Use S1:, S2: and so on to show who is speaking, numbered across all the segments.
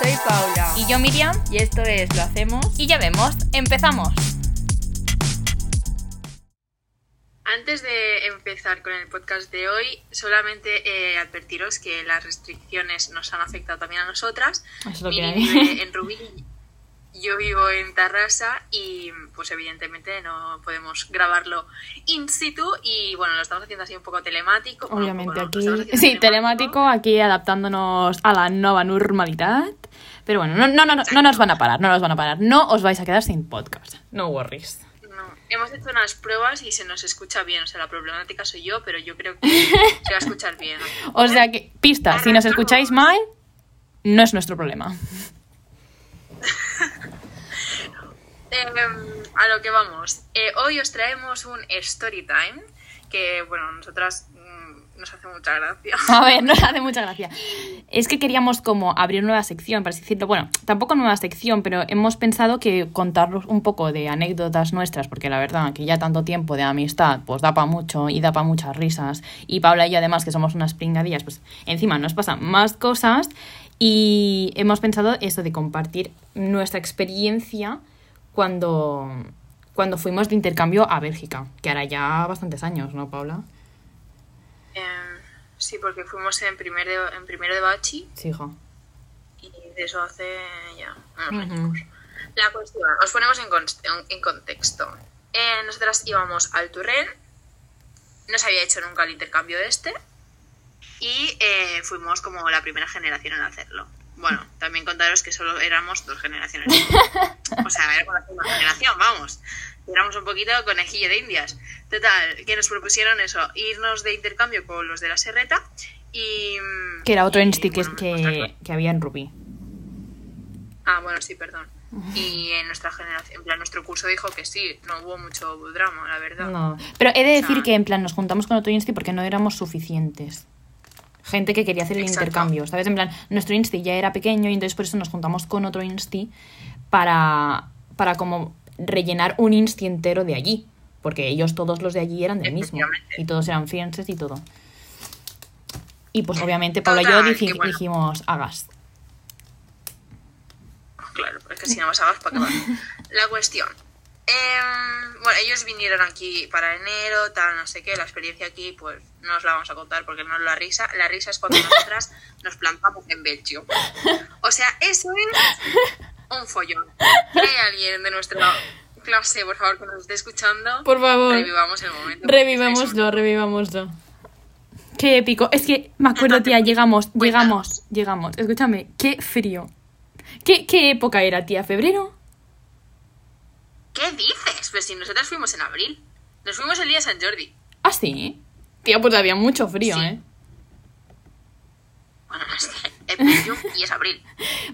S1: soy Paula.
S2: Y yo Miriam.
S1: Y esto es Lo Hacemos.
S2: Y ya vemos, empezamos.
S3: Antes de empezar con el podcast de hoy, solamente eh, advertiros que las restricciones nos han afectado también a nosotras.
S2: Es lo que
S3: Miri
S2: hay.
S3: vive en Rubí, yo vivo en Tarrasa y pues evidentemente no podemos grabarlo in situ y bueno, lo estamos haciendo así un poco telemático. bueno, un poco
S2: Obviamente
S3: no, lo
S2: aquí.
S3: estamos haciendo
S2: Sí, telemático, aquí adaptándonos a la nueva normalidad. Pero bueno, no, no, no, no nos van a parar, no nos van a parar. No os vais a quedar sin podcast. No worries.
S3: No, hemos hecho unas pruebas y se nos escucha bien. O sea, la problemática soy yo, pero yo creo que se va a escuchar bien.
S2: O sea que, pista, si nos escucháis mal, no es nuestro problema.
S3: Eh, a lo que vamos. Eh, hoy os traemos un story time que, bueno, a nosotras mm, nos hace mucha gracia.
S2: A ver, nos hace mucha gracia. Es que queríamos como abrir nueva sección, para decirlo. Bueno, tampoco nueva sección, pero hemos pensado que contaros un poco de anécdotas nuestras, porque la verdad que ya tanto tiempo de amistad, pues da para mucho y da para muchas risas. Y Paula y yo, además, que somos unas pringadillas, pues encima nos pasan más cosas. Y hemos pensado eso de compartir nuestra experiencia cuando, cuando fuimos de intercambio a Bélgica, que ahora ya bastantes años, ¿no, Paula?
S3: Eh, sí, porque fuimos en, primer de- en primero de bachi
S2: Sí, hija.
S3: y de eso hace ya unos años. La cuestión, os ponemos en, const- en- en contexto. Eh, nosotras íbamos al Turren, no se había hecho nunca el intercambio este, y eh, fuimos como la primera generación en hacerlo. Bueno, también contaros que solo éramos dos generaciones. O sea, éramos la misma generación, vamos. Éramos un poquito conejillo de indias. Total, que nos propusieron eso, irnos de intercambio con los de la Serreta y...
S2: Que era otro
S3: y,
S2: insti que,
S3: bueno, nuestra-
S2: que, que había en Rubí.
S3: Ah, bueno, sí, perdón. Y en nuestra generación, en plan, nuestro curso dijo que sí, no hubo mucho drama, la verdad.
S2: No. Pero he de decir
S3: sea-
S2: que en plan nos juntamos con otro insti porque no éramos suficientes. Gente que quería hacer el
S3: Exacto.
S2: intercambio, ¿sabes? En plan, nuestro insti ya era pequeño y entonces por eso nos juntamos con otro insti para, para como rellenar un insti entero de allí. Porque ellos, todos los de allí, eran del mismo.
S3: Efectivamente.
S2: Y todos eran fiances y todo. Y pues obviamente Paula y yo
S3: Total,
S2: dij-
S3: que bueno.
S2: dijimos, hagas.
S3: Claro, es que si no vas a vas para acabar. La cuestión. Em, bueno, ellos vinieron aquí para enero, tal, no sé qué. La experiencia aquí, pues, no os la vamos a contar porque no es la risa. La risa es cuando nosotras nos plantamos en Belchio. O sea, eso es un follón. Si hay alguien de nuestra clase, por favor, que nos esté escuchando,
S2: Por favor.
S3: revivamos el momento. Es un-
S2: Revivámoslo, revivámoslo. Qué épico. Es que me acuerdo, tía, llegamos, llegamos, llegamos. Escúchame, qué frío. ¿Qué, qué época era, tía? ¿Febrero?
S3: ¿Qué dices? Pues si nosotras fuimos en abril. Nos fuimos el día de San Jordi.
S2: Ah, sí. Tía, pues había mucho frío,
S3: Sí.
S2: ¿eh?
S3: Bueno, no sé. Es mayo y es abril.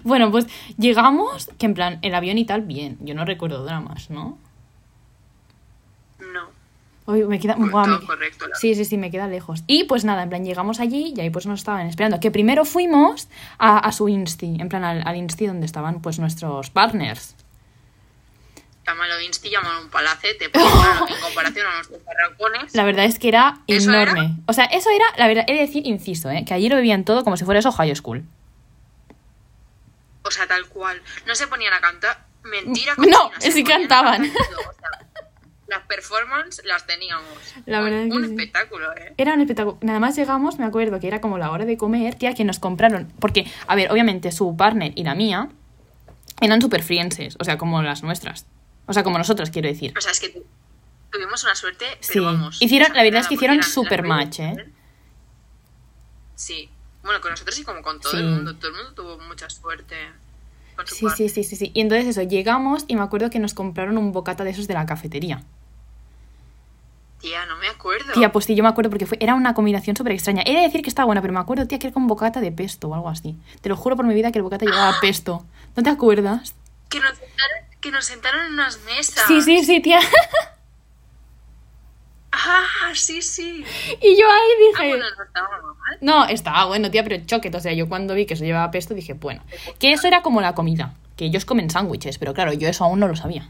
S2: Bueno, pues llegamos, que en plan, el avión y tal, bien. Yo no recuerdo dramas, ¿no?
S3: No.
S2: Uy, me queda...
S3: Con
S2: Buah, me
S3: Pues todo
S2: que-
S3: correcto, la-
S2: Sí, sí, sí, me queda lejos. Y pues nada, en plan, llegamos allí y ahí pues nos estaban esperando. Que primero fuimos a, a su insti, en plan, al, al insti donde estaban pues nuestros partners.
S3: Llámalo Insti, llámalo un palacete, porque claro, en comparación a nuestros barracones.
S2: La verdad es que era
S3: ¿Eso
S2: enorme. O sea, eso era, la verdad, he de decir, inciso, ¿eh? que allí lo vivían todo como si fuera eso high school.
S3: O sea, tal cual. No se ponían a cantar. Mentira.
S2: No,
S3: cochina, se
S2: sí
S3: ponían a
S2: cantaban.
S3: cantar todo, o sea, las performances las teníamos.
S2: La verdad es que
S3: Un
S2: sí.
S3: espectáculo, ¿eh?
S2: Era un espectáculo. Nada más llegamos, me acuerdo que era como la hora de comer, tía, que nos compraron. Porque, a ver, obviamente su partner y la mía eran super frienses, o sea, como las nuestras. O sea, como nosotras, quiero decir.
S3: O sea, es que tu- tuvimos una suerte, pero
S2: Sí.
S3: vamos.
S2: Hicieron-
S3: o
S2: la verdad es que
S3: porque
S2: hicieron
S3: eran las
S2: super
S3: redes,
S2: match, ¿eh?
S3: Sí. Bueno, con nosotros y como con todo
S2: Sí.
S3: el mundo. Todo el mundo tuvo mucha suerte. Con su
S2: Sí, sí,
S3: parte.
S2: sí, sí, sí. Y entonces eso, llegamos y me acuerdo que nos compraron un bocata de esos de la cafetería.
S3: Tía, no me acuerdo.
S2: Tía, pues sí, yo me acuerdo porque fue, era una combinación súper extraña. He de decir que estaba buena, pero me acuerdo, tía, que era con bocata de pesto o algo así. Te lo juro por mi vida que el bocata
S3: Ah.
S2: llevaba pesto. ¿No te acuerdas?
S3: Que, nos sentaron, que nos sentaron en unas mesas.
S2: Sí, sí, sí, tía.
S3: Ah, sí, sí.
S2: Y yo
S3: Ah,
S2: ahí dije...
S3: bueno, no estaba mal.
S2: No, estaba bueno, tía, pero choquet. O sea, yo cuando vi que eso llevaba pesto dije, bueno, que eso era como la comida. Que ellos comen sándwiches, pero claro, yo eso aún no lo sabía.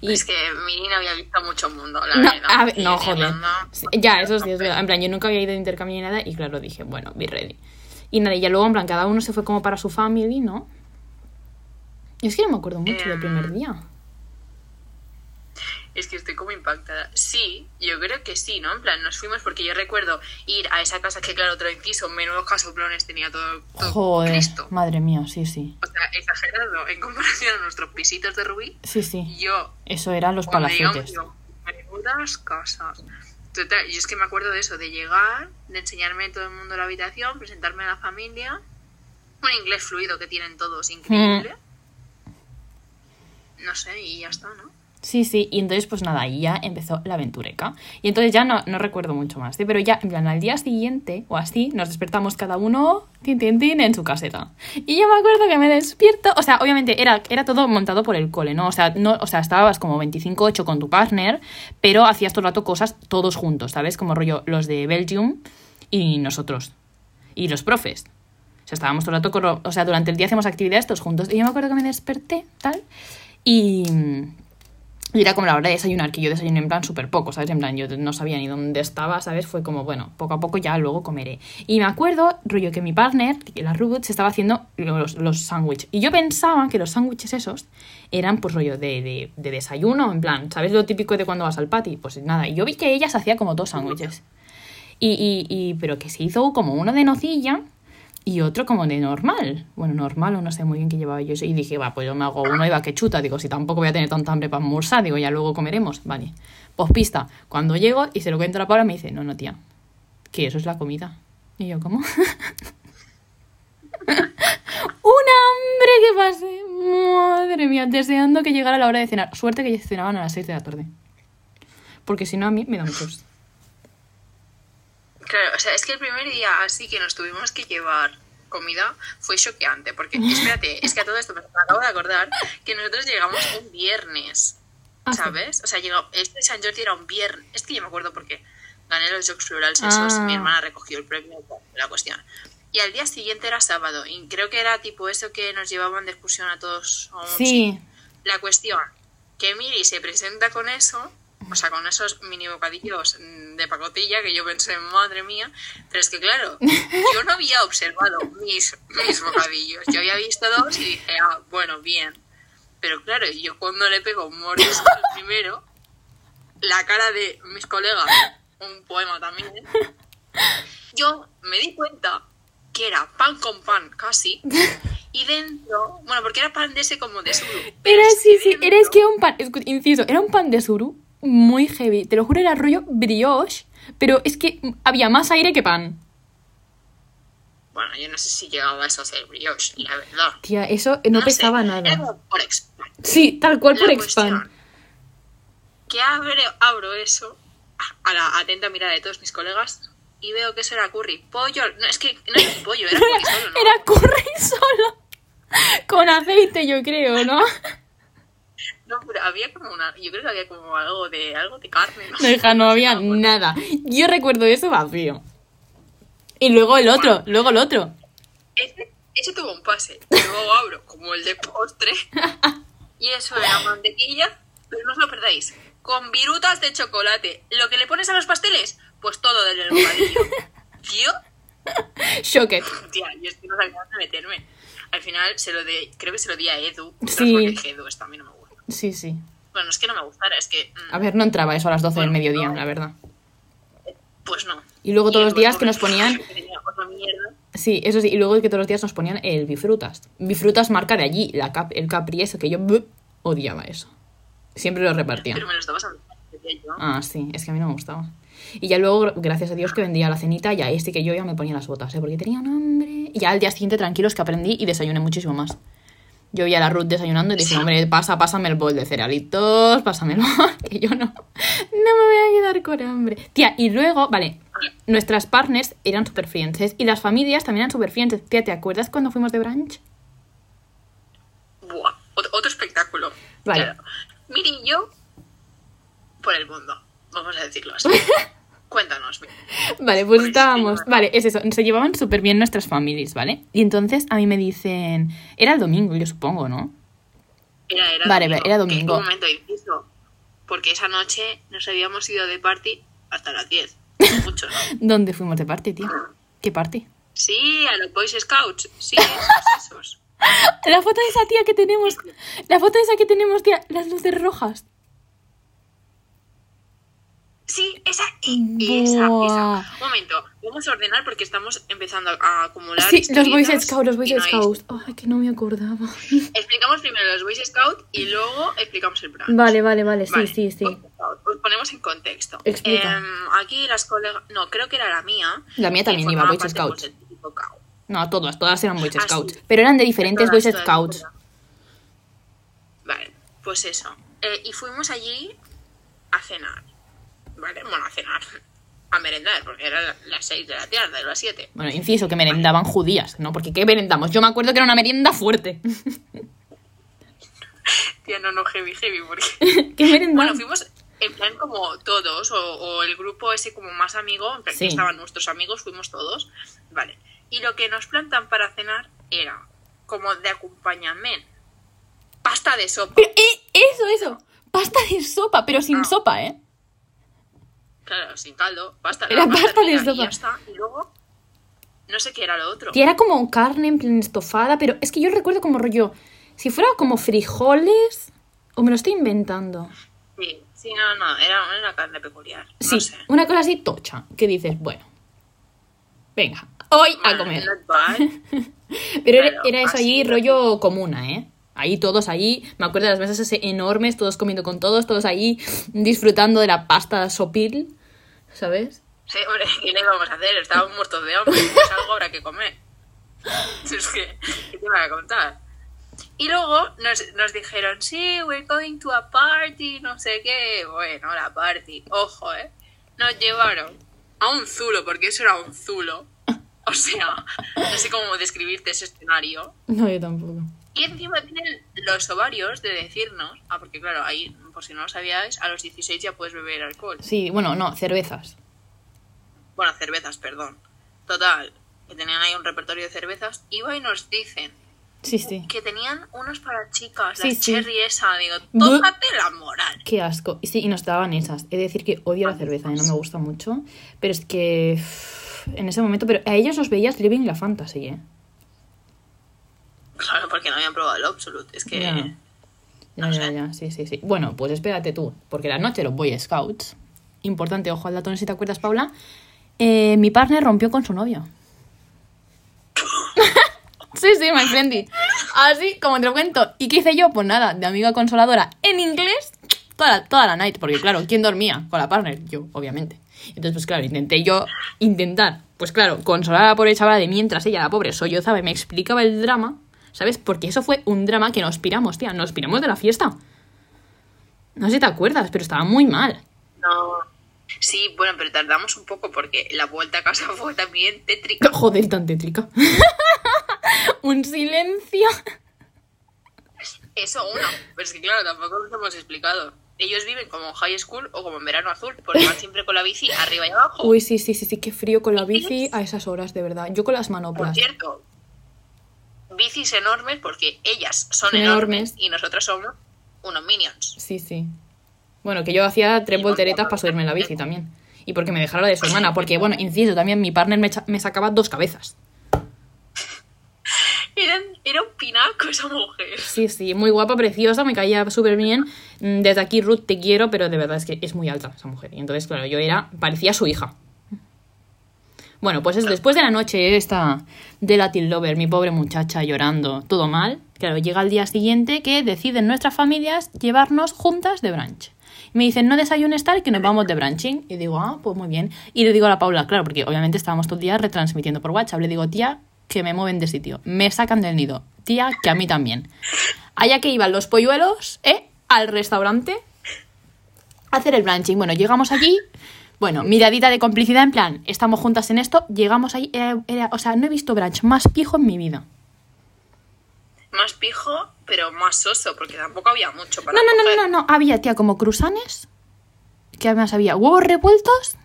S2: Y-
S3: Es que Miri no había visto mucho mundo, la
S2: No,
S3: verdad.
S2: a ver,
S3: Y
S2: no,
S3: en
S2: joder.
S3: Irlanda,
S2: Sí, Ya, eso sí, es verdad. En plan, yo nunca había ido de intercambio ni nada y claro, dije, bueno, be ready. Y nada, y ya luego, en plan, cada uno se fue como para su family, ¿no? Yo es que no me acuerdo mucho del primer día.
S3: Es que estoy como impactada. Sí, yo creo que sí, ¿no? En plan, nos fuimos porque yo recuerdo ir a esa casa que, claro, otro inciso, menudos casoplones tenía todo, todo
S2: Joder,
S3: Cristo.
S2: madre mía, sí, sí.
S3: O sea, exagerado, en comparación a nuestros pisitos de Rubí,
S2: Sí, sí.
S3: yo,
S2: Eso eran los
S3: cuando llegamos,
S2: palacetes.
S3: digo, menudas casas. Total, yo es que me acuerdo de eso, de llegar, de enseñarme todo el mundo la habitación, presentarme a la familia, un inglés fluido que tienen todos, increíble. No sé, y ya está, ¿no?
S2: Sí, sí, y entonces pues nada, ahí ya empezó la aventureca. Y entonces ya no, no recuerdo mucho más, ¿sí? pero ya en plan al día siguiente o así nos despertamos cada uno tin, tin, tin, en su caseta. Y yo me acuerdo que me despierto, o sea, obviamente era, era todo montado por el cole, ¿no? O sea, no, o sea, estabas como 25-8 con tu partner, pero hacías todo el rato cosas todos juntos, ¿sabes? Como rollo los de Belgium y nosotros. Y los profes. O sea, estábamos todo el rato, corro- o sea, durante el día hacíamos actividades todos juntos. Y yo me acuerdo que me desperté, tal, y... Y era como la hora de desayunar, que yo desayuné en plan súper poco, ¿sabes? En plan, yo no sabía ni dónde estaba, ¿sabes? Fue como, bueno, poco a poco ya luego comeré. Y me acuerdo, rollo, que mi partner, que la Ruth, se estaba haciendo los, los sándwiches. Y yo pensaba que los sándwiches esos eran, pues, rollo de, de, de desayuno, en plan, ¿sabes lo típico de cuando vas al pati? Pues nada, y yo vi que ella se hacía como dos sándwiches. Y, y, y, pero que se hizo como uno de nocilla y otro como de normal. Bueno, normal o no sé muy bien qué llevaba yo eso. Y dije, va, pues yo me hago uno y va, que chuta. Digo, si tampoco voy a tener tanta hambre para almorzar, digo, ya luego comeremos. Vale. Pues pista, cuando llego y se lo cuento a la Paula, me dice, no, no, tía, que eso es la comida. Y yo, ¿cómo? Un hambre que pasé. Madre mía, deseando que llegara la hora de cenar. Suerte que ya cenaban a las 6 de la tarde. Porque si no, a mí me da un susto.
S3: Claro, o sea, es que el primer día así que nos tuvimos que llevar comida fue choqueante, porque espérate, es que a todo esto me acabo de acordar que nosotros llegamos un viernes,
S2: Ah, sí.
S3: ¿sabes? O sea, llegó, este San Jordi era un viernes, es que yo me acuerdo porque gané los Jocs Florals esos,
S2: Ah.
S3: mi hermana recogió el premio, bueno, la cuestión. Y al día siguiente era sábado, y creo que era tipo eso que nos llevaban de excursión a todos a un
S2: Sí,
S3: la cuestión, que Miri se presenta con eso, o sea, con esos mini bocadillos mm, de pacotilla que yo pensé, madre mía, pero es que claro, yo no había observado mis, mis bocadillos, yo había visto dos y dije, ah, bueno, bien. Pero claro, yo cuando le pego un mordisco al primero, la cara de mis colegas, un poema también, ¿eh? yo me di cuenta que era pan con pan casi, y dentro, bueno, porque era pan de ese como de suru.
S2: Era,
S3: es
S2: sí, sí, era, es
S3: dentro-
S2: que era un pan, escu- inciso, era un pan de suru muy heavy, te lo juro, era rollo brioche, pero es que había más aire que pan.
S3: Bueno, yo no sé si llegaba eso a ser brioche, la verdad.
S2: Tía, eso no,
S3: sé,
S2: pesaba
S3: Ah, Era
S2: nada.
S3: como por expand.
S2: Sí, tal cual por
S3: La
S2: expand.
S3: cuestión, Que abre, abro eso a- a la atenta mirada de todos mis colegas y veo que eso era curry. Pollo, no, es que no era ni pollo, era curry solo, ¿no?
S2: Era curry solo. Con aceite, yo creo, ¿no?
S3: No, pero había como una, yo creo que había como algo de, algo de carne, ¿no?
S2: Deja, no había
S3: me acuerdo.
S2: nada. Yo recuerdo eso vacío. Y luego el otro, luego el otro.
S3: Ese, ese tuvo un pase. Y luego abro como el de postre. Y eso era mantequilla. Pero no os lo perdáis. Con virutas de chocolate. ¿Lo que le pones a los pasteles? Pues todo del bocadillo. Tío,
S2: Shocket.
S3: tía, yo es que no sabía dónde meterme. Al final se lo de, creo que se lo di a Edu. pero
S2: Sí.
S3: porque dije, Edu, esto a mí no me gusta.
S2: Sí, sí.
S3: Bueno, no es que no me gustara, es que. mm,
S2: A ver, no entraba eso a las 12 del
S3: Bueno,
S2: mediodía,
S3: no.
S2: la verdad.
S3: Pues no.
S2: Y luego todos los
S3: Edu,
S2: días que nos
S3: pobre,
S2: ponían
S3: tenía otra mierda.
S2: Sí, eso sí. Y luego que todos los días nos ponían el bifrutas. Bifrutas marca de allí, la cap- el capri eso, que yo bup, odiaba eso. Siempre lo repartían.
S3: Pero me lo estabas hablando. yo.
S2: Ah, sí, es que a mí no me gustaba. Y ya luego, gracias a Dios que vendía la cenita, ya este que yo ya me ponía las botas, ¿eh? porque tenía un hambre. Y ya al día siguiente, tranquilos, que aprendí y desayuné muchísimo más. Yo vi a la Ruth desayunando y dije, hombre, pasa, pásame el bol de cerealitos, pásamelo, que yo no, no me voy a quedar con hambre. Tía, y luego, vale, nuestras partners eran super friences y las familias también eran super friences. Tía, ¿te acuerdas cuando fuimos de brunch?
S3: Buah, ot- otro espectáculo.
S2: Vale.
S3: Claro. Miri y yo por el mundo, vamos a decirlo así. Cuéntanos, Miri.
S2: Vale, pues
S3: Por
S2: estábamos.
S3: encima.
S2: Vale, es eso. Se llevaban súper bien nuestras familias, ¿vale? Y entonces a mí me dicen. Era el domingo, yo supongo, ¿no?
S3: Era, era
S2: Vale,
S3: domingo.
S2: era
S3: Que
S2: domingo.
S3: Un momento, inciso, porque esa noche nos habíamos ido de party hasta las 10. Mucho, ¿no?
S2: ¿Dónde fuimos de parte, tío? ¿Qué parte?
S3: Sí, a los Boy Scouts. Sí, esos, esos.
S2: ¡Ah! La foto de esa tía que tenemos. La foto de esa que tenemos, tía. Las luces rojas.
S3: Sí, esa y y esa,
S2: Buah.
S3: esa. Un momento, vamos a ordenar porque estamos empezando a acumular.
S2: Sí, los Boy
S3: historietas
S2: Scouts, los Boy
S3: y no hay-
S2: Scouts. Ay, que no me acordaba.
S3: Explicamos primero los Boy Scouts y luego explicamos el plan.
S2: Vale, vale, vale. Sí,
S3: Vale,
S2: sí, sí.
S3: Boy Scout. Os ponemos en contexto.
S2: Explica.
S3: Em, aquí las colegas. No, creo que era la mía.
S2: La mía también
S3: que
S2: iba,
S3: formaba
S2: Boy
S3: parte,
S2: Scouts.
S3: pues, del típico cao.
S2: No, todas, todas eran Boy
S3: Ah, sí.
S2: Scouts. Pero eran de diferentes
S3: Todas,
S2: Boy
S3: todas,
S2: Scouts.
S3: todas. Vale, pues eso. Eh, y fuimos allí a cenar. Vale, bueno, a cenar. A merendar, porque eran las 6 de la tarde, las 7.
S2: Bueno, inciso, que merendaban judías, ¿no? Porque ¿qué merendamos? Yo me acuerdo que era una merienda fuerte.
S3: Tía, no, no, heavy, heavy, porque...
S2: ¿Qué
S3: Bueno,
S2: merendamos?
S3: fuimos en plan como todos, o, o el grupo ese como más amigo, en plan
S2: Sí.
S3: que estaban nuestros amigos, fuimos todos, vale. Y lo que nos plantan para cenar era como de acompañamiento, pasta de sopa.
S2: Pero, eh, eso, eso. Pasta de sopa, pero sin
S3: Ah.
S2: sopa, ¿eh?
S3: Claro, sin caldo, pasta.
S2: Era pasta de
S3: y ya
S2: sopa.
S3: está. Y luego, no sé qué era lo otro.
S2: Tía, era como carne en plan estofada, pero es que yo recuerdo como rollo. Si fuera como frijoles. O me lo estoy inventando.
S3: Sí, sí, no, no, era era una carne peculiar.
S2: Sí,
S3: no sé.
S2: una cosa así tocha, que dices, bueno. Venga, hoy a
S3: Bueno,
S2: comer.
S3: not bad.
S2: Pero era,
S3: Claro,
S2: era eso allí
S3: así,
S2: rollo comuna, ¿eh? Ahí todos allí, me acuerdo de las mesas ese enormes, todos comiendo con todos, todos allí disfrutando de la pasta sopil, ¿sabes?
S3: Sí, hombre, ¿qué le vamos a hacer? Estábamos muertos de hambre, pues algo habrá que comer. Si Es que, ¿qué te voy a contar? Y luego nos, nos dijeron, sí, we're going to a party, no sé qué. Bueno, la party, ojo, ¿eh? Nos llevaron a un zulo, porque eso era un zulo. O sea, no sé cómo describirte ese escenario.
S2: No, yo tampoco.
S3: Y encima tienen los ovarios de decirnos, ah, porque claro, ahí, por si no lo sabíais, a los 16 ya puedes beber alcohol.
S2: Sí, bueno, no, cervezas.
S3: Bueno, cervezas, perdón. Total, que tenían ahí un repertorio de cervezas. Iba y nos dicen
S2: Sí, sí.
S3: que tenían unas para chicas,
S2: Sí,
S3: las
S2: sí.
S3: cherry esa. Digo,
S2: Bu-
S3: tócate la moral.
S2: Qué asco. Y sí, y nos daban esas. He de decir que odio la cerveza, ¿eh? no me gusta mucho. Pero es que. uff, En ese momento, pero a ellos los veías living la fantasy, ¿eh?
S3: Claro, porque no habían probado el Absolute. Es que...
S2: Ya. Ya,
S3: no
S2: ya,
S3: sé.
S2: ya, sí, sí, sí. Bueno, pues espérate tú, porque la noche los Boy Scouts, importante, ojo al dato, no sé si te acuerdas, Paula, eh, mi partner rompió con su novia. sí, sí, my friendy. Así como te lo cuento. ¿Y qué hice yo? Pues nada, de amiga consoladora en inglés toda la, toda la night, porque claro, ¿quién dormía? Con la partner, yo, obviamente. Entonces, pues claro, intenté yo intentar, pues claro, consolar a la pobre chavala de mientras ella, la pobre sollozaba y me explicaba el drama, ¿sabes? Porque eso fue un drama que nos piramos, tía, nos piramos de la fiesta. No sé si te acuerdas, pero estaba muy mal.
S3: No... Sí, bueno, pero tardamos un poco porque la vuelta a casa fue también tétrica.
S2: Joder, tan tétrica. un silencio.
S3: Eso uno. Pero es que claro, tampoco nos hemos explicado. Ellos viven como en high school o como en verano azul, porque van siempre con la bici arriba y abajo.
S2: Uy, sí, sí, sí, sí, qué frío con la bici a esas horas, de verdad. Yo con las
S3: Por
S2: manoplas.
S3: cierto, bicis enormes porque ellas son
S2: Son
S3: enormes,
S2: enormes.
S3: y nosotros somos unos minions.
S2: Sí, sí. Bueno, que yo hacía tres
S3: Y
S2: volteretas
S3: bueno,
S2: para subirme en la bici también. Y porque me dejara la de su hermana. Porque, bueno, inciso, también mi partner me, echa- me sacaba dos cabezas.
S3: Era, era un pinaco esa mujer.
S2: Sí, sí, muy guapa, preciosa, me caía súper bien. Mm, Desde aquí, Ruth, te quiero, pero de verdad es que es muy alta esa mujer. Y entonces, claro, yo era, parecía su hija. Bueno, pues es después de la noche esta de Latin Lover, mi pobre muchacha llorando, todo mal. Claro, llega el día siguiente que deciden nuestras familias llevarnos juntas de brunch. Y me dicen, no desayunes tal, que nos vamos de brunching. Y digo, ah, pues muy bien. Y le digo a la Paula, claro, porque obviamente estábamos todo el día retransmitiendo por WhatsApp. Le digo, tía, que me mueven de sitio. Me sacan del nido. Tía, que a mí también. Allá que iban los polluelos, ¿eh? Al restaurante a hacer el brunching. Bueno, llegamos allí. Bueno, miradita de complicidad en plan, estamos juntas en esto, llegamos ahí, era- era- o sea, no he visto brunch más pijo en mi vida.
S3: Más pijo, pero más soso, porque tampoco había mucho
S2: No,
S3: para
S2: no, no,
S3: coger.
S2: no, no, había, tía, como cruzanes, que además había huevos revueltos,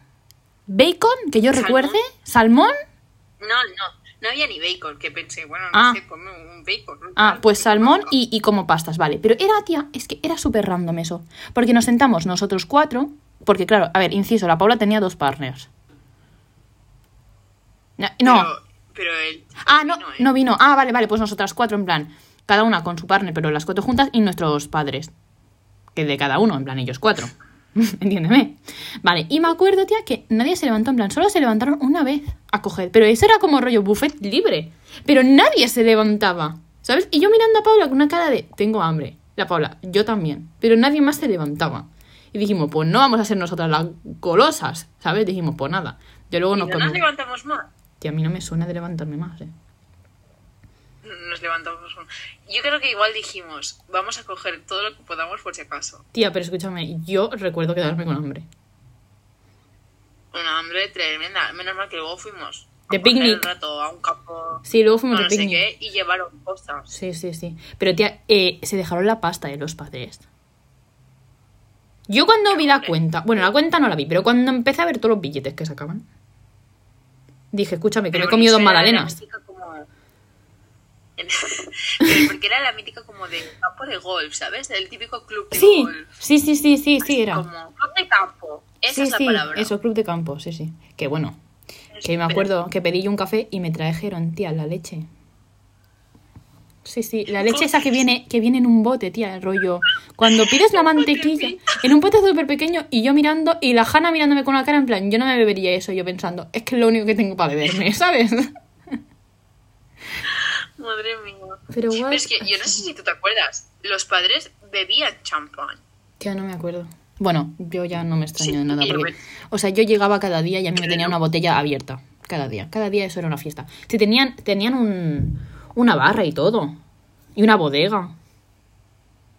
S2: bacon, que yo
S3: Salmón.
S2: recuerde, salmón,
S3: No, no, no había ni bacon, que pensé, bueno, no
S2: Ah.
S3: sé, ponme un bacon. un
S2: Ah,
S3: tal,
S2: pues
S3: porque
S2: salmón
S3: tampoco.
S2: y, y como pastas, vale. Pero era, tía, es que era súper random eso. Porque nos sentamos nosotros cuatro, porque claro, a ver, inciso, la Paula tenía dos partners. Na- No,
S3: Pero pero él.
S2: Ah, no,
S3: ¿eh?
S2: no vino. Ah, vale, vale, pues nosotras cuatro, en plan, cada una con su partner, pero las cuatro juntas y nuestros padres. Que de cada uno, en plan, ellos cuatro. Entiéndeme. Vale, y me acuerdo, tía, que nadie se levantó, en plan, solo se levantaron una vez a coger. Pero eso era como rollo buffet libre. Pero nadie se levantaba, ¿sabes? Y yo mirando a Paula con una cara de, tengo hambre. La Paula, yo también. Pero nadie más se levantaba. Y dijimos, pues no vamos a ser nosotras las golosas, ¿sabes? Dijimos, pues nada. Yo luego
S3: Y
S2: nos
S3: no nos
S2: comimos.
S3: levantamos más.
S2: Tía, a mí no me suena de levantarme más, ¿eh?
S3: Nos levantamos más. Yo creo que igual dijimos, vamos a coger todo lo que podamos por si acaso.
S2: Tía, pero escúchame, yo recuerdo quedarme con hambre.
S3: Una hambre tremenda. Menos mal que luego fuimos. a
S2: De
S3: coger
S2: picnic.
S3: Un rato a un campo.
S2: Sí, luego
S3: o
S2: fuimos
S3: no
S2: de
S3: sé
S2: picnic.
S3: qué, y llevaron cosas.
S2: Sí, sí, sí. Pero tía, eh, se dejaron la pasta de los padres. Yo cuando vi la cuenta, bueno, la cuenta no la vi, pero cuando empecé a ver todos los billetes que sacaban, dije, escúchame, que me he comido dos
S3: eso era la
S2: magdalenas.
S3: mítica como- Pero porque era la mítica como de campo de golf, ¿sabes? El típico club de
S2: Sí,
S3: golf.
S2: sí, sí, sí, sí, sí, era.
S3: Como club de campo. Esa
S2: Sí,
S3: es la
S2: sí,
S3: palabra.
S2: eso, club de campo, sí, sí. Que bueno,
S3: Es-
S2: que me acuerdo que pedí yo un café y me trajeron, tía, la leche. Sí, sí, la leche esa que viene, que viene en un bote, tía, el rollo. Cuando pides la mantequilla, en un bote súper pequeño, y yo mirando, y la Hanna mirándome con la cara, en plan, yo no me bebería eso, yo pensando, es que es lo único que tengo para beberme, ¿sabes?
S3: Madre mía.
S2: Pero guau.
S3: es que yo no sé si tú te acuerdas. Los padres bebían champán.
S2: Tía, no me acuerdo. Bueno, yo ya no me extraño
S3: Sí,
S2: de nada,
S3: y
S2: porque,
S3: bueno.
S2: o sea, yo llegaba cada día y a mí me tenía una botella abierta, cada día, cada día eso era una fiesta. Sí, tenían, tenían un, una barra y todo, y una bodega,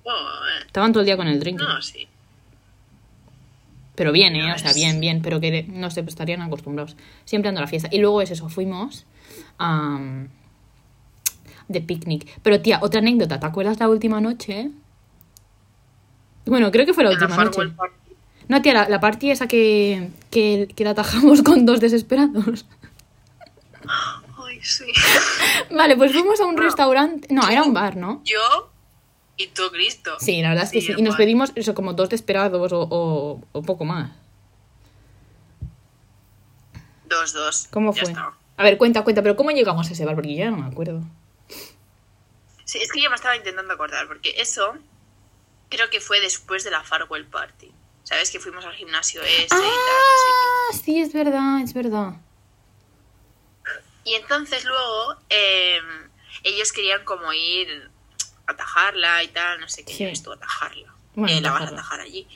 S3: Oh, eh.
S2: estaban todo el día con el drink.
S3: no, sí.
S2: Pero bien, ¿eh?
S3: No,
S2: O sea,
S3: es-
S2: bien, bien, pero que no sé, pues estarían acostumbrados. Siempre ando a la fiesta. Y luego es eso, fuimos a... de picnic. Pero tía, otra anécdota, ¿te acuerdas la última noche? Bueno, creo que fue la
S3: En la
S2: última noche.
S3: Farwell Party.
S2: No, tía, la, la party esa que, que, que la atajamos con dos desesperados.
S3: Ay, sí.
S2: Vale, pues fuimos a un restaurante... No, era un bar, ¿no?
S3: Yo y tú, Cristo.
S2: Sí, la verdad es que sí.
S3: el
S2: Y nos
S3: bar.
S2: pedimos eso, como dos desesperados o, o, o poco más.
S3: Dos, dos.
S2: ¿Cómo
S3: Ya
S2: fue?
S3: está.
S2: A ver, cuenta, cuenta, pero ¿cómo llegamos a ese bar? Porque yo ya no me acuerdo.
S3: Sí, es que yo me estaba intentando acordar, porque eso creo que fue después de la Farwell Party. ¿Sabes? Que fuimos al gimnasio ese y tal. no sé qué.
S2: Ah, sí, es verdad, es verdad.
S3: Y entonces luego eh, ellos querían como ir a atajarla y tal, no sé qué
S2: Sí.
S3: es tú atajarla.
S2: Bueno,
S3: Eh, la vas a
S2: atajarla.
S3: atajar allí.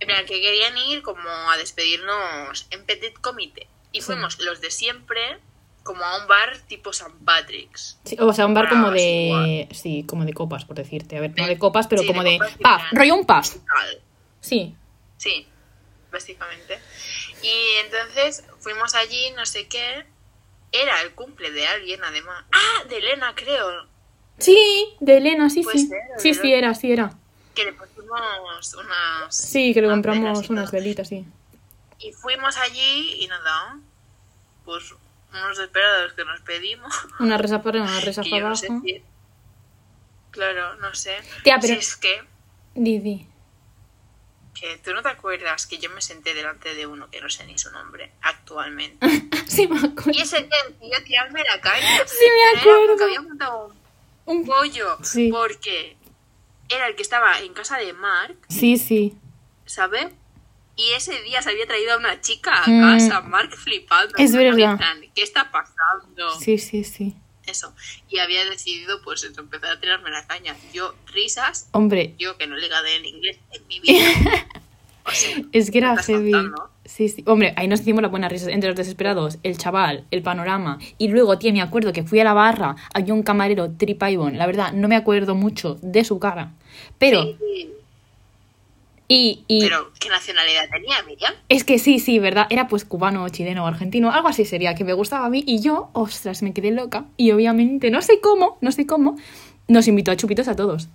S3: En plan, que querían ir como a despedirnos en petit comité. Y
S2: Sí.
S3: fuimos los de siempre como a un bar tipo San Patrick's.
S2: Sí, o sea, un bar
S3: Ah,
S2: como
S3: sí,
S2: de.
S3: igual.
S2: Sí, como de copas, por decirte. A ver, no
S3: Sí.
S2: de copas, pero
S3: Sí,
S2: como
S3: de
S2: de.
S3: copas y
S2: Paz,
S3: tal.
S2: rollo un paz.
S3: Tal.
S2: Sí.
S3: Sí, básicamente. Y entonces fuimos allí, no sé qué. Era el cumple de alguien, además. Ah, de Elena, creo.
S2: Sí, de Elena, sí,
S3: Puede
S2: sí.
S3: ser,
S2: sí,
S3: ¿verdad?
S2: sí, era, sí, era.
S3: Que le pusimos unas.
S2: Sí, que le
S3: unas velas
S2: compramos
S3: y
S2: unas
S3: todo.
S2: velitas, sí.
S3: Y fuimos allí y nada. Pues unos desesperados que nos pedimos.
S2: Una reza para arriba, una reza
S3: que
S2: para
S3: yo no sé
S2: abajo.
S3: si- Claro, no sé.
S2: Tía, Ah, pero-
S3: Si es que,
S2: Di, di.
S3: que tú no te acuerdas que yo me senté delante de uno que no sé ni su nombre actualmente.
S2: Sí, me
S3: Y
S2: acuerdo.
S3: ese día decidió tirarme la caña.
S2: Sí, me
S3: Pero era
S2: acuerdo.
S3: porque había montado un
S2: Un-
S3: pollo.
S2: Sí.
S3: Porque era el que estaba en casa de Mark,
S2: Sí, sí.
S3: ¿sabes? Y ese día se había traído a una chica a
S2: Mm.
S3: casa, Mark flipando.
S2: Es
S3: ¿no? En
S2: verdad.
S3: plan, ¿Qué está pasando?
S2: Sí, sí, sí.
S3: Eso. Y había decidido, pues, eso, empezar a tirarme la caña. Yo, risas,
S2: Hombre,
S3: yo que no le gané en inglés en mi vida. O sea,
S2: es que era
S3: estás
S2: heavy.
S3: contando.
S2: Sí, sí. Hombre, ahí nos hicimos las buenas risas. Entre los desesperados, el chaval, el panorama. Y luego, tía, me acuerdo que fui a la barra, había un camarero, Tripaibon. La verdad, no me acuerdo mucho de su cara. Pero,
S3: Sí, sí.
S2: y, y
S3: Pero, ¿qué nacionalidad tenía Miriam?
S2: es que sí, sí, ¿verdad? Era pues cubano, chileno, argentino, algo así sería, que me gustaba a mí. Y yo, ostras, me quedé loca. Y obviamente, no sé cómo, no sé cómo, nos invitó a chupitos a todos.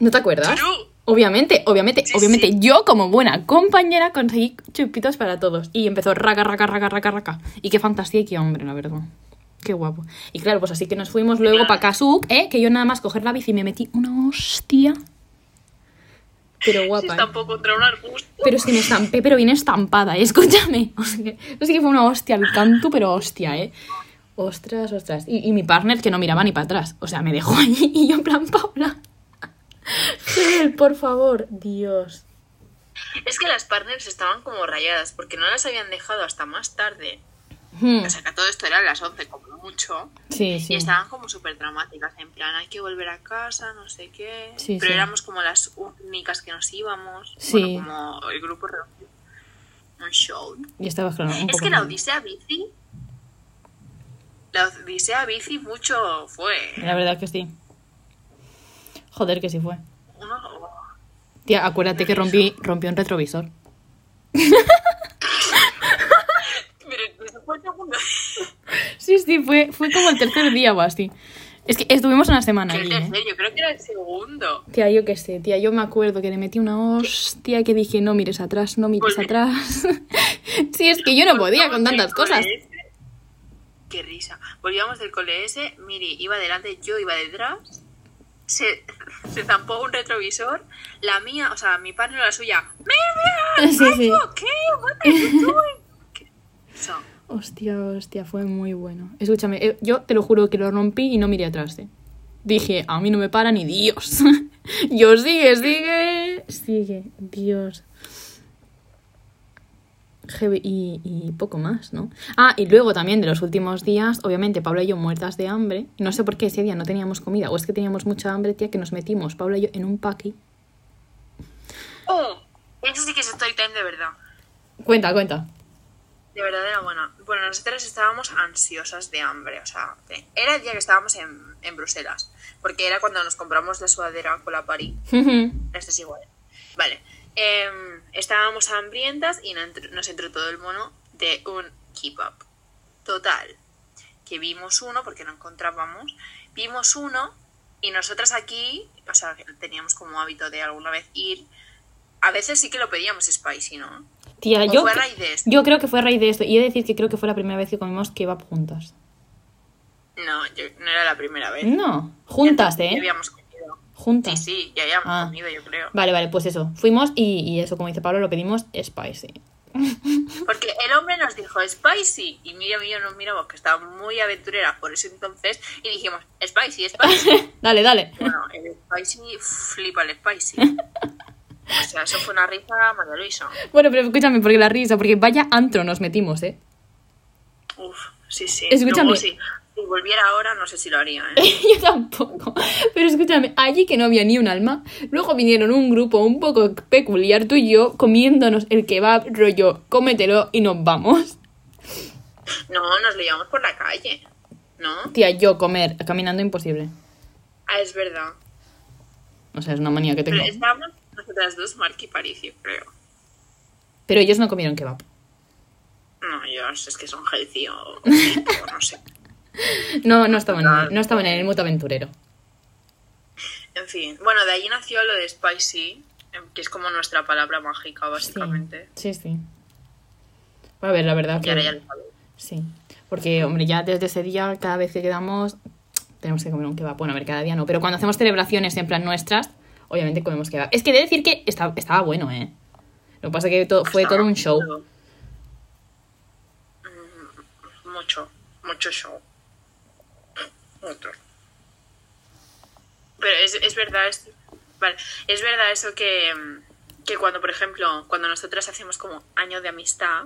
S2: ¿No te acuerdas?
S3: True.
S2: Obviamente, obviamente,
S3: Sí,
S2: obviamente,
S3: sí.
S2: yo como buena compañera conseguí chupitos para todos. Y empezó raca, raca, raca, raca, raca. Y qué fantasía y qué hombre, la verdad. Qué guapo. Y claro, pues así que nos fuimos luego
S3: Claro.
S2: para Kasuk, ¿eh? que yo nada más coger la bici me metí una hostia. Pero
S3: Se
S2: guapa. ¿eh?
S3: estampó contra un arbusto.
S2: Pero es que me estampé, pero bien estampada, ¿eh? escúchame. O sea, que, o sea que fue una hostia al canto, pero hostia, ¿eh? Ostras, ostras. Y, y mi partner que no miraba ni para atrás. O sea, me dejó allí y yo en plan, Paula. Joder, por favor, Dios.
S3: Es que las partners estaban como rayadas porque no las habían dejado hasta más tarde.
S2: Hmm,
S3: O sea, que todo esto era a las 11 como mucho.
S2: Sí, sí.
S3: Y estaban como súper dramáticas, en plan, hay que volver a casa, no sé qué.
S2: Sí,
S3: Pero
S2: sí.
S3: éramos como las únicas que nos íbamos.
S2: Sí.
S3: Bueno, como el grupo reunido. Un show.
S2: Y estaba claro, un
S3: es
S2: poco
S3: que la
S2: mal.
S3: Odisea Bici. La Odisea Bici mucho fue.
S2: La verdad que sí. Joder, que sí fue.
S3: Uno, oh,
S2: Tía, acuérdate que rompí, rompí un retrovisor.
S3: pero eso fue el segundo.
S2: Sí, sí, fue, fue como el tercer día o así. Es que estuvimos una semana
S3: Que el
S2: allí, ¿eh?
S3: tercero, yo creo que era el segundo.
S2: Tía, yo qué sé, tía, yo me acuerdo que le metí una hostia que dije, no mires atrás, no mires
S3: Volve-
S2: atrás. sí, es que yo no podía con
S3: Volvíamos del
S2: tantas cosas.
S3: cole ese- Qué risa. Volvíamos del cole ese, Miri iba delante, yo iba detrás. Se, se zampó un retrovisor. La mía, o sea, mi padre la suya. ¡Mira!
S2: Sí, sí.
S3: ¿Qué? What are you doing? ¿Qué? So,
S2: Hostia, hostia, fue muy bueno. Escúchame, eh, yo te lo juro que lo rompí y no miré atrás, ¿eh? Dije, a mí no me para ni Dios. yo sigue, sigue. Sigue, Dios. Heavy, Y, y poco más, ¿no? Ah, y luego también de los últimos días, obviamente Paula y yo muertas de hambre. No sé por qué ese día no teníamos comida, o es que teníamos mucha hambre, tía, que nos metimos, Paula y yo, en un paqui.
S3: Oh, eso sí que es story time de verdad.
S2: Cuenta, cuenta.
S3: De verdad era buena. Bueno, nosotras estábamos ansiosas de hambre, o sea, de- era el día que estábamos en, en Bruselas, porque era cuando nos compramos la sudadera con la París. Esto es igual. Vale. Em, estábamos hambrientas y no entr- nos entró todo el mono de un keebab. Total. Que vimos uno porque no encontrábamos. Vimos uno y nosotras aquí, o sea, que teníamos como hábito de alguna vez ir. A veces sí que lo pedíamos spicy, ¿no?
S2: Tía,
S3: O
S2: Ah, yo,
S3: Pues fue a raíz de esto.
S2: yo creo que fue a raíz de esto. Y he de decir que creo que fue la primera vez que comimos kebab juntas.
S3: No, yo, no era la primera vez.
S2: No, juntas,
S3: Ya
S2: ¿eh?
S3: habíamos comido. Sí,
S2: Juntas.
S3: sí, ya habíamos
S2: Ah.
S3: comido, yo creo.
S2: Vale, vale, pues eso. Fuimos y, y eso, como dice Pablo, lo pedimos spicy.
S3: Porque el hombre nos dijo spicy y Miriam y yo nos miramos que estaba muy aventurera por ese entonces y dijimos spicy, spicy.
S2: dale, dale.
S3: bueno, el spicy flipa el spicy. O sea, eso fue una risa María Luisa.
S2: Bueno, pero escúchame, porque la risa, porque vaya antro nos metimos, ¿eh?
S3: Uf, sí, sí.
S2: Escúchame.
S3: Luego, sí, si volviera ahora no sé si lo haría, ¿eh?
S2: Yo tampoco. Pero escúchame, allí que no había ni un alma, luego vinieron un grupo un poco peculiar, tú y yo, comiéndonos el kebab, rollo, cómetelo y nos vamos.
S3: No, nos lo llevamos por la calle, ¿no?
S2: Tía, yo comer, caminando imposible.
S3: Ah, es verdad.
S2: O sea, es una manía que
S3: Pero
S2: tengo.
S3: estábamos nosotras dos, Mark y Paricio, creo.
S2: Pero ellos no comieron kebab.
S3: No, ellos es que son healthy o, o fit, o no sé.
S2: No, no estaban,
S3: Ah.
S2: no estaban en el mutuo aventurero.
S3: En fin, bueno, de allí nació lo de spicy, em, que es como nuestra palabra mágica, básicamente.
S2: Sí, sí. A ver, la verdad
S3: Y
S2: que...
S3: ahora ya lo sabéis.
S2: Sí, porque, hombre, ya desde ese día, cada vez que quedamos, tenemos que comer un kebab. Bueno, a ver, cada día no, pero cuando hacemos celebraciones en plan nuestras, obviamente comemos kebab. Es que he de decir que esta- estaba bueno, ¿eh? Lo que pasa es que todo, fue todo un show.
S3: Mm, Mucho, mucho show. Mucho. Pero es, es verdad, es, vale, es verdad eso que, em, que cuando, por ejemplo, cuando nosotras hacemos como año de amistad,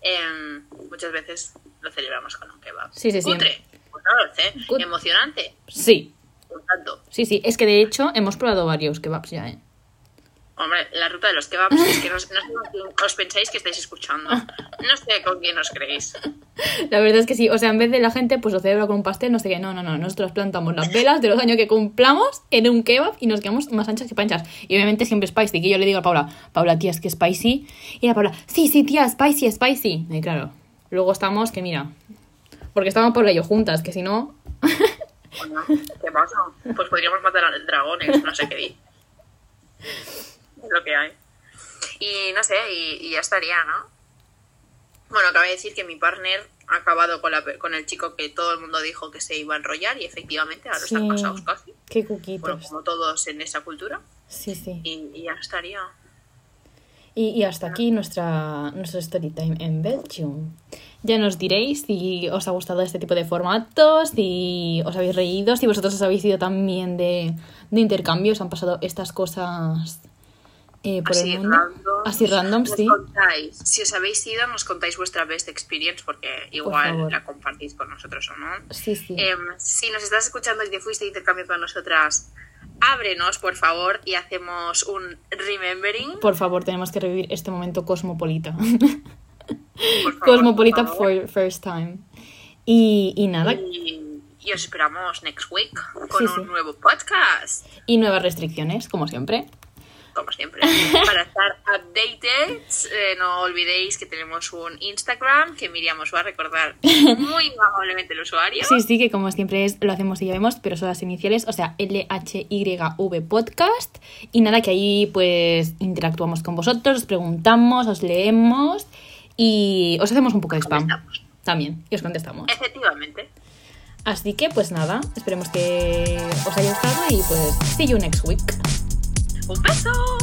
S3: em, muchas veces lo celebramos con un kebab.
S2: Sí, sí, sí.
S3: Cutre, pues no lo sé,
S2: Cut-
S3: emocionante,
S2: Sí,
S3: un tanto.
S2: sí, sí. Es que de hecho hemos probado varios kebabs ya, ¿eh?
S3: Hombre, la ruta de los kebabs es que no, no sé con quién os pensáis que estáis escuchando. No sé con quién os creéis.
S2: La verdad es que sí. O sea, en vez de la gente, pues lo celebra con un pastel, no sé qué. No, no, no. Nosotros plantamos las velas de los años que cumplamos en un kebab y nos quedamos más anchas que panchas. Y obviamente siempre spicy. Que yo le digo a Paula, Paula, tía, es que spicy. Y la Paula, sí, sí, tía, spicy, spicy. Y claro, luego estamos, que mira. Porque estábamos Paula y yo juntas, que si no.
S3: Bueno, ¿Qué pasa? Pues podríamos matar a dragones, no sé qué di. Es lo que hay. Y no sé, y, y ya estaría, ¿no? Bueno, acabé de decir que mi partner ha acabado con, la pe- con el chico que todo el mundo dijo que se iba a enrollar y efectivamente ahora están
S2: Sí. Pues
S3: casados casi.
S2: Qué
S3: Bueno,
S2: cuquitos.
S3: como todos en esa cultura.
S2: Sí, sí.
S3: Y, y ya estaría.
S2: Y, y hasta aquí nuestra, nuestro story time en Belgium. Ya nos diréis si os ha gustado este tipo de formatos, si os habéis reído, si vosotros os habéis ido también de, de intercambio, os han pasado estas cosas eh, por
S3: Así
S2: el mundo.
S3: random.
S2: Así random,
S3: Nos
S2: sí.
S3: contáis. Si os habéis ido, nos contáis vuestra best experience porque
S2: favor.
S3: igual la compartís con nosotros o no.
S2: Sí, sí.
S3: Em, si nos estás escuchando y te fuiste de intercambio con nosotras, ábrenos, por favor, y hacemos un remembering.
S2: Por favor, tenemos que revivir este momento cosmopolita.
S3: por favor,
S2: cosmopolita
S3: por favor.
S2: for first time. Y, y nada,
S3: Y, y os esperamos next week con
S2: Sí, sí.
S3: un nuevo podcast,
S2: y nuevas restricciones, como siempre.
S3: como siempre. Para estar updated, eh, no olvidéis que tenemos un Instagram que Miriam os va a recordar muy amablemente el usuario.
S2: Sí, sí, que como siempre es, lo hacemos y ya vemos, pero son las iniciales, o sea, LHYV Podcast. Y nada, que ahí pues interactuamos con vosotros, os preguntamos, os leemos y os hacemos un poco de spam.
S3: Contestamos.
S2: También, y os contestamos.
S3: Efectivamente.
S2: Así que pues nada, esperemos que os haya gustado y pues see you next week.
S3: ¡Un beso!